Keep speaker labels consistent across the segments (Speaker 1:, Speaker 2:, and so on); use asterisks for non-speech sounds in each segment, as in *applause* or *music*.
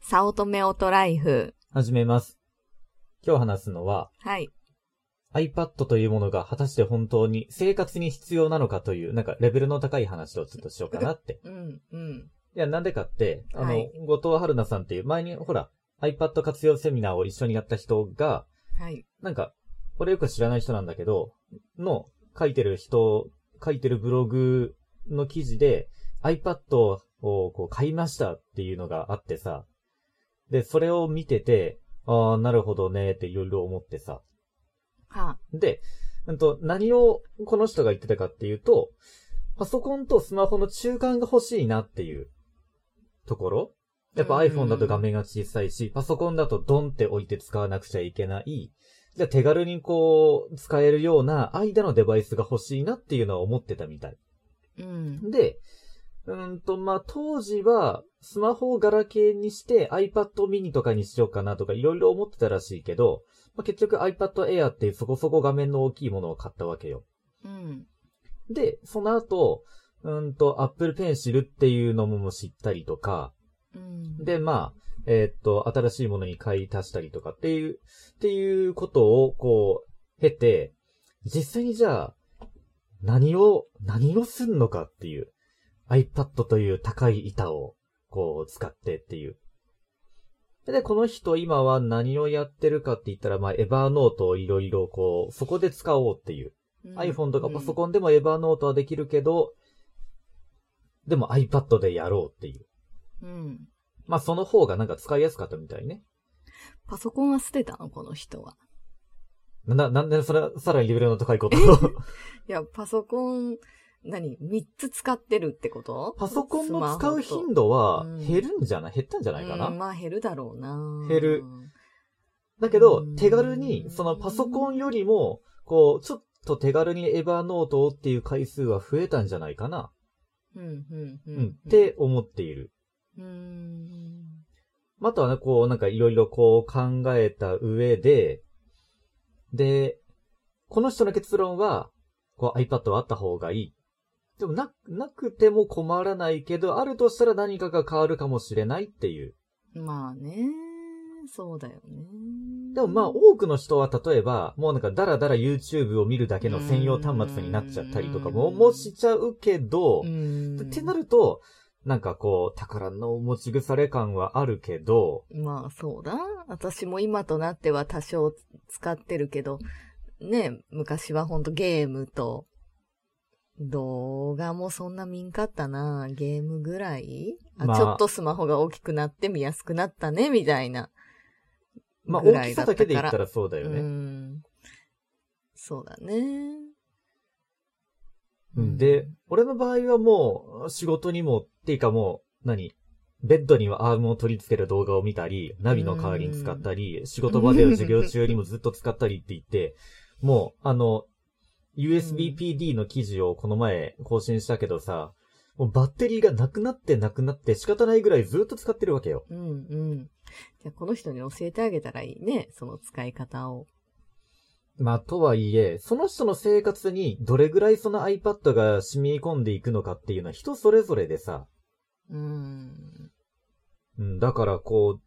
Speaker 1: サオトメオトライフ。
Speaker 2: 始めます。今日話すのは、
Speaker 1: はい。
Speaker 2: iPad というものが果たして本当に生活に必要なのかという、なんかレベルの高い話をちょっとしようかなって。
Speaker 1: うん、うん。
Speaker 2: いや、なんでかって、あの、
Speaker 1: はい
Speaker 2: 後藤春菜さんっていう、前にほら、iPad 活用セミナーを一緒にやった人が、
Speaker 1: はい。
Speaker 2: なんか、俺よく知らない人なんだけど、の、書いてる人、書いてるブログの記事で、iPad をこう買いましたっていうのがあってさ、で、それを見てて、ああ、なるほどね、っていろいろ思ってさ。
Speaker 1: は
Speaker 2: で、うんと、何をこの人が言ってたかっていうと、パソコンとスマホの中間が欲しいなっていうところやっぱ
Speaker 1: うんうんうん
Speaker 2: iPhone だと画面が小さいし、パソコンだとドンって置いて使わなくちゃいけない。じゃあ手軽にこう、使えるような間のデバイスが欲しいなっていうのは思ってたみたい。
Speaker 1: うん。
Speaker 2: で、うーんと、まあ、当時は、スマホをガラケーにして iPad mini とかにしようかなとかいろいろ思ってたらしいけど、まあ、結局 iPad Air っていうそこそこ画面の大きいものを買ったわけよ。
Speaker 1: うん。
Speaker 2: で、その後、うーんと、Apple Pencil っていうのも知ったりとか、
Speaker 1: うん。
Speaker 2: で、まあ、えーっと、新しいものに買い足したりとかっていう、っていうことを、こう、経て、実際にじゃあ、何を、何をすんのかっていう、iPad という高い板を、こう、使ってっていう。で、この人今は何をやってるかって言ったら、まあ、エバーノートをいろいろこう、そこで使おうっていう。iPhone とかパソ
Speaker 1: ン。
Speaker 2: コンでも Evernote はできるけど、でも iPad でやろうっていう。
Speaker 1: うん。
Speaker 2: まあその方がなんか使いやすかったみたいね。
Speaker 1: パソコンは捨てたのこの人は。
Speaker 2: な、なんでそれ、さらにレベルの高いことを。
Speaker 1: いや、パソコン、何 ?3 つ使ってるってこと
Speaker 2: *laughs* パソコンの
Speaker 1: の
Speaker 2: 使う頻度は
Speaker 1: うん
Speaker 2: 減るんじゃない減ったんじゃないかな、
Speaker 1: うん、まあ減るだろうな。
Speaker 2: 減る。だけど
Speaker 1: うん、
Speaker 2: 手軽に、そのパソコンよりも、こう、ちょっと手軽に Evernote をっていう回数は増えたんじゃないかな
Speaker 1: うん、うん、う。
Speaker 2: うんん。って思っている。
Speaker 1: うん。
Speaker 2: あとはね、こう、なんかいろいろこう考えた上で、で、この人の結論は、こう iPad はあった方がいい。でもな、なくても困らないけど、あるとしたら何かが変わるかもしれないっていう。
Speaker 1: まあね。そうだよね。
Speaker 2: でもまあ多くの人は例えば、もうなんかダラダラ YouTube を見るだけの専用端末になっちゃったりとかも、
Speaker 1: うん
Speaker 2: もうしちゃうけど、
Speaker 1: うん。
Speaker 2: ってなると、なんかこう、宝の持ち腐れ感はあるけど、
Speaker 1: まあそうだ。私も今となっては多少使ってるけど、ね、昔はほんとゲームと、動画もそんな見んかったな。ゲームぐらい、あ
Speaker 2: まあ
Speaker 1: ちょっとスマホが大きくなって見やすくなったね、みたいな。
Speaker 2: まあ
Speaker 1: ぐら
Speaker 2: 大
Speaker 1: い
Speaker 2: き
Speaker 1: だ
Speaker 2: さ
Speaker 1: った
Speaker 2: だ
Speaker 1: から
Speaker 2: けで言ったらそうだよね。
Speaker 1: うん。そうだね。
Speaker 2: で、俺の場合はもう、仕事にも、っていうかもう、何ベッドにはアームを取り付ける動画を見たり、ナビの代わりに使ったり、仕事場での授業中にもずっと使ったりって言 *laughs* って、もう、あの、USBPD の記事をこの前更新したけどさ、もうバッテリーがなくなってなくなって仕方ないぐらいずっと使ってるわけよ。
Speaker 1: うんうん。じゃあこの人に教えてあげたらいいね、その使い方を。
Speaker 2: まあ、とはいえ、その人の生活にどれぐらいその iPad が染み込んでいくのかっていうのは人それぞれでさ、
Speaker 1: うん。
Speaker 2: うん、だからこ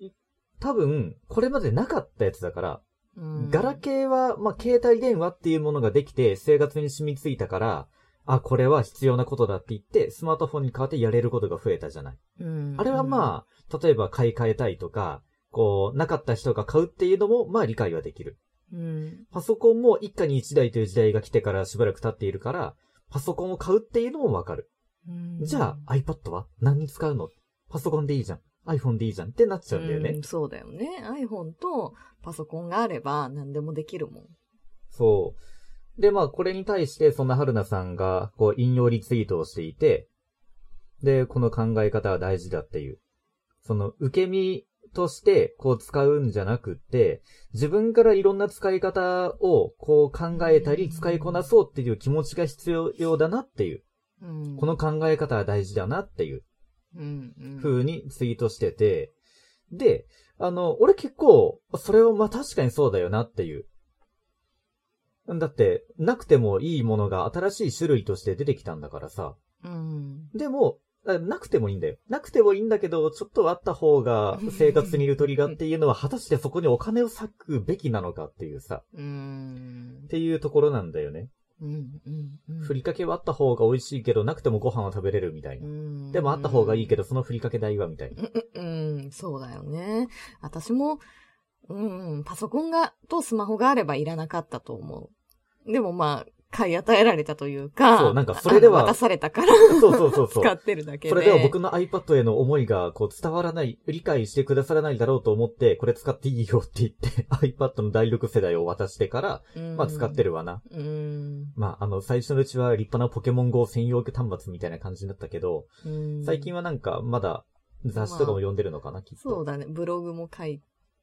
Speaker 2: う、い多分、これまでなかったやつだから、
Speaker 1: うん
Speaker 2: ガラケーは、まあ、携帯電話っていうものができて生活に染みついたから、あ、これは必要なことだって言って、スマートフォンに変わってやれることが増えたじゃない。
Speaker 1: うん
Speaker 2: あれはまあ、例えば買い替えたいとか、こう、なかった人が買うっていうのも、まあ理解はできる。
Speaker 1: うん。
Speaker 2: パソコンも一家に一台という時代が来てからしばらく経っているから、パソコンを買うっていうのもわかる。
Speaker 1: うん
Speaker 2: じゃあ iPad は何に使うのパソコンでいいじゃん。iPhone でいいじゃんってなっちゃうんだよね。
Speaker 1: んそうだよね。iPhone とパソコンがあれば何でもできるもん。
Speaker 2: そう。で、まあ、これに対して、そんな春菜さんが、こう、引用リツイートをしていて、で、この考え方は大事だっていう。その、受け身として、こう、使うんじゃなくって、自分からいろんな使い方を、こう、考えたり、使いこなそうっていう気持ちが必要だなっていう。
Speaker 1: うん、
Speaker 2: この考え方は大事だなっていう。
Speaker 1: うん、うん、
Speaker 2: 風にツイートしてて、で、あの、俺結構、それはまあ確かにそうだよなっていう。だって、なくてもいいものが新しい種類として出てきたんだからさ。
Speaker 1: うん。
Speaker 2: でも、あなくてもいいんだよ。なくてもいいんだけど、ちょっとあった方が生活にゆとりがっていうのは、果たしてそこにお金を割くべきなのかっていうさ、
Speaker 1: うーん
Speaker 2: っ。ていうところなんだよね。
Speaker 1: うん、うん、うん。
Speaker 2: ふりかけはあった方が美味しいけど、なくてもご飯は食べれるみたいな。
Speaker 1: り
Speaker 2: でもあった方がいいけ
Speaker 1: ど。
Speaker 2: ど、そのふりかけ代はみたいな。
Speaker 1: うん、そうだよね。私も、うん、パソコンが、とスマホがあればいらなかったと思う。でもまあ、買い与えられたというか、
Speaker 2: そうなんかそれでは
Speaker 1: あの渡されたから
Speaker 2: そうそうそうそ
Speaker 1: *laughs*
Speaker 2: う。
Speaker 1: 使ってるだけで。
Speaker 2: それでは僕の iPad への思いがこう伝わらない、理解してくださらないだろうと思って、これ使っていいよって言って、iPad *laughs* の第6世代を渡してから、
Speaker 1: うん、
Speaker 2: まあ使ってるわな。
Speaker 1: うん。
Speaker 2: まああの、最初のうちは立派なポケモン GO 専用機端末みたいな感じだったけど、
Speaker 1: うん。
Speaker 2: 最近はなんかまだ雑誌とかも読んでるのかな、きっ
Speaker 1: そう
Speaker 2: と。
Speaker 1: だね、ブログも書い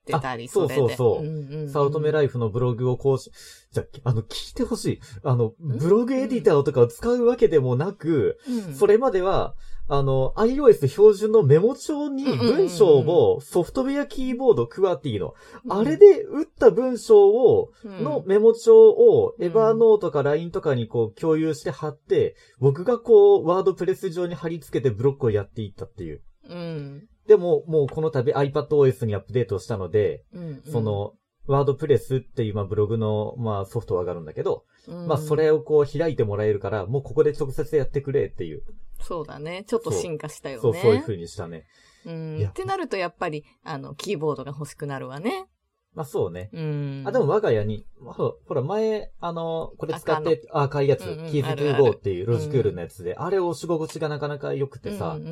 Speaker 1: てたり、
Speaker 2: あそうそうそう
Speaker 1: う
Speaker 2: サオトメラ
Speaker 1: イ
Speaker 2: イフのブログを更新、じゃあ、あの、聞いてほしい。あの、ブログエディターとかを使うわけでもなく、
Speaker 1: フ
Speaker 2: そ
Speaker 1: れ、
Speaker 2: れまでは、あの、iOS 標準のメモ帳に
Speaker 1: うんうんうんうん
Speaker 2: 文章をソフトウェアキーボードクワティの、あれで打った文章を、
Speaker 1: うん
Speaker 2: の、メモ帳を
Speaker 1: うん
Speaker 2: Evernote とか LINE とかにこう共有して貼って、僕がこう、ワードプレス上に貼り付けてブロックをやっていったっていう。
Speaker 1: うん。
Speaker 2: でも、もうこの度 iPadOS にアップデートしたので、
Speaker 1: うん
Speaker 2: そ、の、ワードプレスっていう、まあ、ブログの、まあ、ソフトは上がるんだけど、
Speaker 1: うん
Speaker 2: まあ、そ。れをこう開いてもらえるから、もうここで直接やってくれっていう。
Speaker 1: そうだね。ちょっと進化したよね。
Speaker 2: そう、そういう風にしたね。
Speaker 1: うん
Speaker 2: いや
Speaker 1: ってなると、やっぱり、あの、キーボードが欲しくなるわね。
Speaker 2: まあそうね。
Speaker 1: うん。
Speaker 2: あ、でも、我が家に、ほほら前、あの、これ使って、あ赤いやつ、
Speaker 1: うんうん
Speaker 2: キーズ
Speaker 1: あるあ
Speaker 2: 25
Speaker 1: る
Speaker 2: っていうロジクールのやつで、あれを押し心地がなかなか良くてさ、
Speaker 1: うん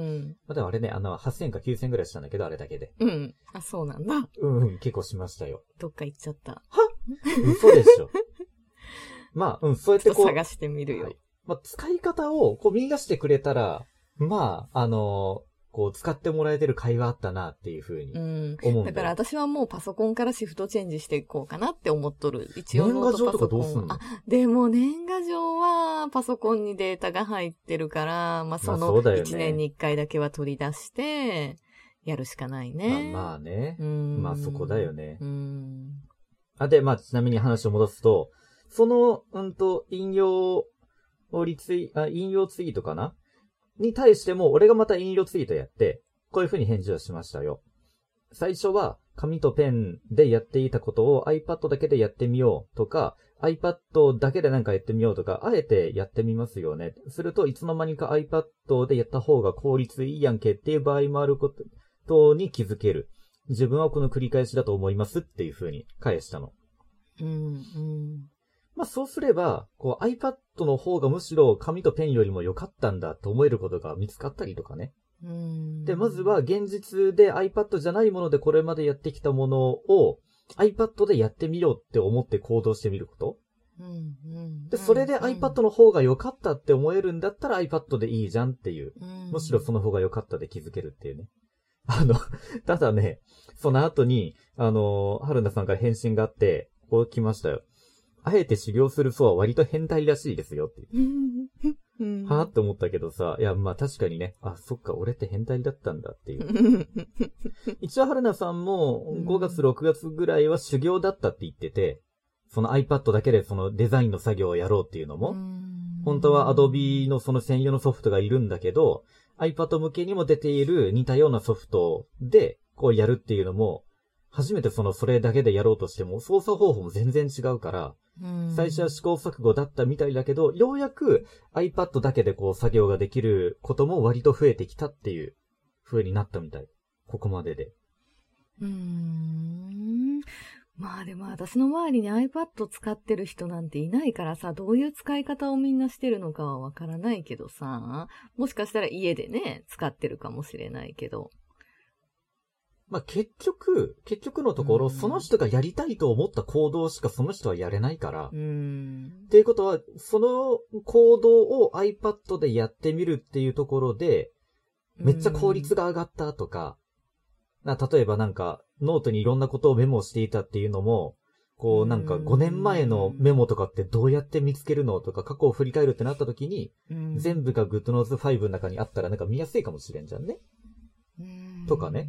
Speaker 1: うん、
Speaker 2: まあでもあれね、あの、8000か9000ぐらいしたんだけど、あれだけで。
Speaker 1: うん。あ、そうなんだ。
Speaker 2: うんうん、結構しましたよ。
Speaker 1: どっか行っちゃった。
Speaker 2: 嘘でしょ。 *laughs* まあ、うん、そうやっ
Speaker 1: ち
Speaker 2: て
Speaker 1: ょっ
Speaker 2: ことう、
Speaker 1: 探してみるよ。
Speaker 2: はいまあ使い方をこう見出してくれたら、まあ、あのこう使ってもらえてる会話あったなっていう風
Speaker 1: う
Speaker 2: に
Speaker 1: ん。
Speaker 2: 思うんだ
Speaker 1: だ
Speaker 2: よ。
Speaker 1: から私はもうパソコンからシフトチェンジしていこうかなって思っとる。一応
Speaker 2: 年
Speaker 1: ノ
Speaker 2: 賀
Speaker 1: ート
Speaker 2: 状
Speaker 1: パ
Speaker 2: と
Speaker 1: ソ
Speaker 2: か
Speaker 1: コ
Speaker 2: ど
Speaker 1: ン
Speaker 2: うすんの
Speaker 1: あ、でも年賀状はパソコンにデータが入ってるから、まあそ
Speaker 2: まあそ
Speaker 1: の
Speaker 2: うだよね
Speaker 1: 1年に1回だけは取り出して、やるしかないね。
Speaker 2: まあまあね。
Speaker 1: うん。
Speaker 2: まあそこだよね。
Speaker 1: うん。
Speaker 2: あ、で、まあ、ちなみに話を戻すと、その、うんと、引用をリツイ、あ、引用ツイートかなに対しても、俺がまた引用ツイートやって、こういう風に返事をしましたよ。最初は、紙とペンでやっていたことを iPad だけでやってみようとか、iPad だけでなんかやってみようとか、あえてやってみますよね。すると、いつの間にか iPad でやった方が効率いいやんけっていう場合もあることに気づける。自分はこの繰り返しだと思いますっていう風に返したの。
Speaker 1: うん。うん。
Speaker 2: まあそうすれば、こう iPad の方がむしろ紙とペンよりも良かったんだと思えることが見つかったりとかね。
Speaker 1: うん。
Speaker 2: で、まずは、現実で iPad じゃないものでこれまでやってきたものを iPad でやってみろって思って行動してみること。
Speaker 1: うんうん、
Speaker 2: で、それで iPad の方が良かったって思えるんだったら iPad でいいじゃんっていう。
Speaker 1: うん、
Speaker 2: むしろその方が良かったで気づけるっていうね。あの、 *laughs* ただね、その後に、あの、春菜さんから返信があって、こう来ましたよ。あえて修行する層は割と変態らしいですよって。
Speaker 1: うん、うん
Speaker 2: はぁって思ったけどさ、いや、まあ確かにね、あ、そっか、俺って変態だったんだっていう。一応春菜さんも
Speaker 1: うん
Speaker 2: 5月6月ぐらいは修行だったって言ってて、その iPad だけでそのデザインの作業をやろうっていうのも、本当は Adobe のその専用のソフトがいるんだけど、iPad 向けにも出ている似たようなソフトで、こうやるっていうのも、初めてそのそれだけでやろうとしても、操作方法も全然違うから、最初は試行錯誤だったみたいだけど、ようやく iPad だけでこう作業ができることも割と増えてきたっていう風になったみたい。ここまでで。
Speaker 1: うーんまあでも私の周りに iPad 使ってる人なんていないからさ、どういう使い方をみんなしてるのかはわからないけどさ、もしかしたら家でね、使ってるかもしれないけど。
Speaker 2: まあ、結局、結局のところ、
Speaker 1: うん
Speaker 2: その人がやりたいと思った行動しかその人はやれないから、
Speaker 1: うーん
Speaker 2: っ。ていうことは、その行動を iPad でやってみるっていうところで、めっちゃ効率が上がったとか、な例えばなんか、ノートにいろんなことをメモしていたっていうのも、こうなんか
Speaker 1: うん
Speaker 2: 5年前のメモとかってどうやって見つけるのとか過去を振り返るってなった時に、
Speaker 1: うん、
Speaker 2: 全部が GoodNose5 の中にあったらなんか見やすいかもしれんじゃんね。
Speaker 1: うん
Speaker 2: とかね。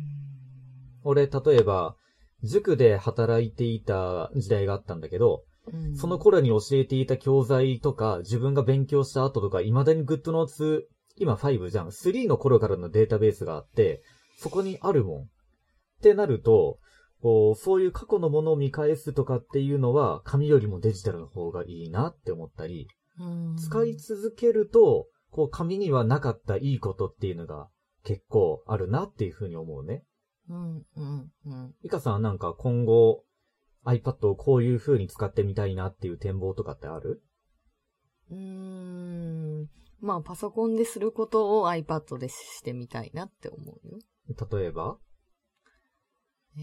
Speaker 2: 俺、例えば、塾で働いていた時代があったんだけど、
Speaker 1: うん
Speaker 2: その頃に教えていた教材とか、自分が勉強した後とか、未だに GoodNotes 今5じゃん。3の頃からのデータベースがあって、そこにあるもん。ってなると、こう、そういう過去のものを見返すとかっていうのは、紙よりもデジタルの方がいいなって思ったり、
Speaker 1: うん
Speaker 2: 使い続けると、こう、紙にはなかったいいことっていうのが結構あるなっていうふうに思うね。
Speaker 1: うん、うん、うん。
Speaker 2: いかさんはなんか今後、iPad をこういう風に使ってみたいなっていう展望とかってある
Speaker 1: うーん。まあ、パソコンですることを iPad でしてみたいなって思うよ。
Speaker 2: 例えば、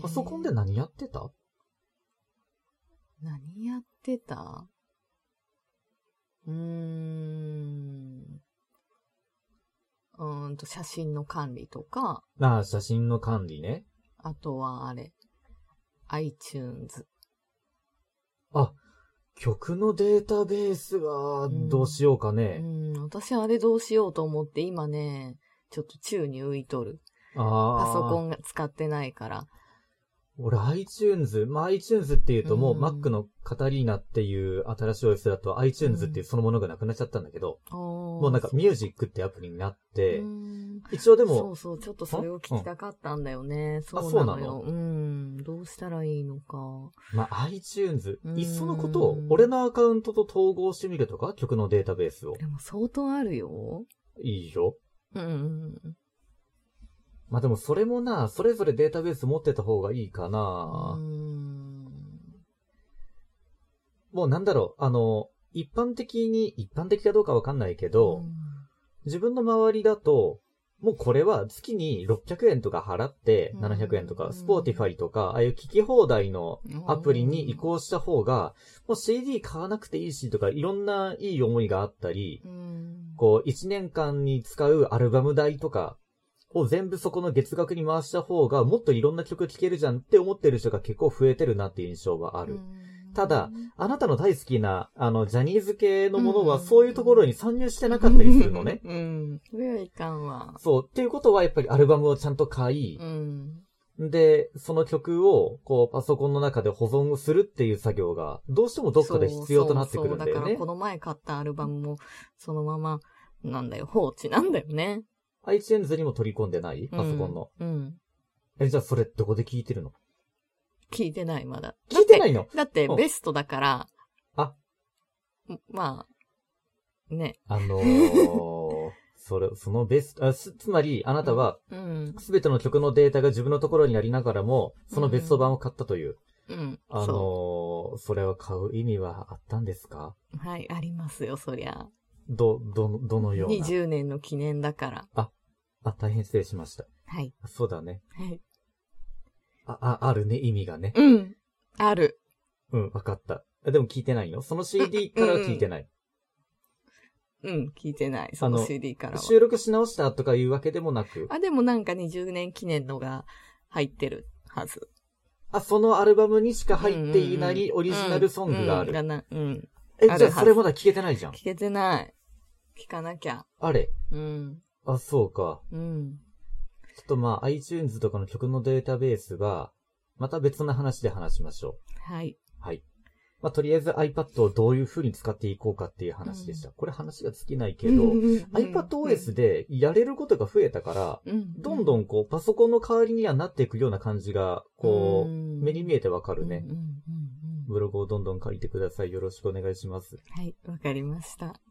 Speaker 2: パソコンで
Speaker 1: えー
Speaker 2: 何やってた
Speaker 1: 何やってたうーん。うーんと、写真の管理とか、
Speaker 2: ああ、写真の管理ね。
Speaker 1: あとはあれ、iTunes。
Speaker 2: あ、曲のデータベースはどうしようか
Speaker 1: う
Speaker 2: ね。
Speaker 1: ん、私あれどうしようと思って今ね、ちょっと宙に浮いとる。
Speaker 2: ああ。
Speaker 1: パソコンが使ってないから。
Speaker 2: 俺 iTunes、まあ iTunes っていうともううん Mac のカタリーナっていう新しい OS だと iTunes っていうそのものがなくなっちゃったんだけど、
Speaker 1: も
Speaker 2: もうなんかミュージックってアプリになって、
Speaker 1: うん
Speaker 2: 一応で
Speaker 1: そ
Speaker 2: も
Speaker 1: う、そう、ちょっとそれを聞きたかったんだよね。そう
Speaker 2: そう
Speaker 1: なの
Speaker 2: なの
Speaker 1: よ。うん、どうしたらいいのか。
Speaker 2: まあ iTunes、
Speaker 1: うん
Speaker 2: いっそのことを俺のアカウントと統合してみるとか、曲のデータベースを。
Speaker 1: でも相当あるよ。
Speaker 2: いいよ。
Speaker 1: うん。
Speaker 2: まあでもそれもな、それぞれデータベース持ってた方がいいかな。
Speaker 1: うん。
Speaker 2: もうなんだろう、あの、一般的に、一般的かどうかわかんないけど、自分の周りだと、もうこれは月に600円とか払って、
Speaker 1: うん
Speaker 2: 700円とか、
Speaker 1: うん
Speaker 2: スポーティファイとか、ああいう聞き放題の
Speaker 1: うん
Speaker 2: アプリに移。行した方が、もう CD 買わなくていいしとか、いろんないい思いがあったり、
Speaker 1: うん。
Speaker 2: こう、1年間に使うアルバム代とかを全部そこの月額に回した方が、もっといろんな曲聴けるじゃんって思ってる人が結構増えてるなっていう印象はある。
Speaker 1: うん
Speaker 2: ただ、あなたの大好きな、あの、ジャニーズ系のものは、
Speaker 1: うん
Speaker 2: そういうところに参入してなかったりするのね。
Speaker 1: うん。それはいかんわ。
Speaker 2: そう。っていうことは、やっぱりアルバムをちゃんと買い、
Speaker 1: うん。
Speaker 2: で、その曲を、こう、パソコンの中で保存をするっていう作業が、どうしてもどっかで必要となってくるんだ
Speaker 1: そう
Speaker 2: よ
Speaker 1: そうだから
Speaker 2: ね
Speaker 1: こ。の前買ったアルバムも、そのまま、なんだよ、放置なんだよね。
Speaker 2: iTunes にも取り込んでないパソコンの。
Speaker 1: うん。うん。
Speaker 2: え、じゃあそれどこで聞いてるの
Speaker 1: 聞いてない、まだ。
Speaker 2: 聞いてないの
Speaker 1: だって、
Speaker 2: うん
Speaker 1: ベストだから。
Speaker 2: あ。
Speaker 1: まあ、ね。
Speaker 2: あのー、それ、そのベスト、あすつまり、あなたは、
Speaker 1: うん。
Speaker 2: すべての曲のデータが自分のところにありながらも、そのベスト版を買ったという。
Speaker 1: うん。
Speaker 2: あのー
Speaker 1: そ
Speaker 2: それは買う意味はあったんですか
Speaker 1: う。はい、ありますよ、そりゃ。
Speaker 2: ど、どの、どのような。
Speaker 1: 20年の記念だから。
Speaker 2: あ、大変失礼しました。
Speaker 1: はい。
Speaker 2: そうだね。
Speaker 1: はい。
Speaker 2: あ、あ、あるね、意味がね。
Speaker 1: うん。ある。
Speaker 2: うん、わかった。あでも聞いてないよ。その CD からは聞いてない。
Speaker 1: うん、聞いてない。
Speaker 2: あ
Speaker 1: そ
Speaker 2: の
Speaker 1: の CD からは。
Speaker 2: 収録し直したとかいうわけでもなく。
Speaker 1: あ、でもなんか20年記念のが入ってるはず。
Speaker 2: あ、そのアルバムにしか入っていないオリジナルソングがあ
Speaker 1: うんう
Speaker 2: る。
Speaker 1: んがなうん。
Speaker 2: え、
Speaker 1: あ
Speaker 2: じゃ
Speaker 1: るは
Speaker 2: あ
Speaker 1: ず
Speaker 2: それまだ聞けてないじゃん。
Speaker 1: 聞けてない。聞かなきゃ。
Speaker 2: あれ
Speaker 1: うん。
Speaker 2: あ、そうか。
Speaker 1: うん。
Speaker 2: ちょっとまあ、iTunes とかの曲のデータベースは、また別の話で話しましょう。
Speaker 1: はい。
Speaker 2: はい。まあ、とりあえず iPad をどういう風に使っていこうかっていう話でした。これ話が尽きないけど、iPadOS
Speaker 1: で、
Speaker 2: でやれることが増えたから、
Speaker 1: うん
Speaker 2: どんどんこう、パソコンの代わりにはなっていくような感じが、こう、
Speaker 1: 目
Speaker 2: 目に見えてわかるね
Speaker 1: うん。うんうんうん
Speaker 2: ブログをどんどん書いてください。よろしくお願いします。
Speaker 1: はい、わかりました。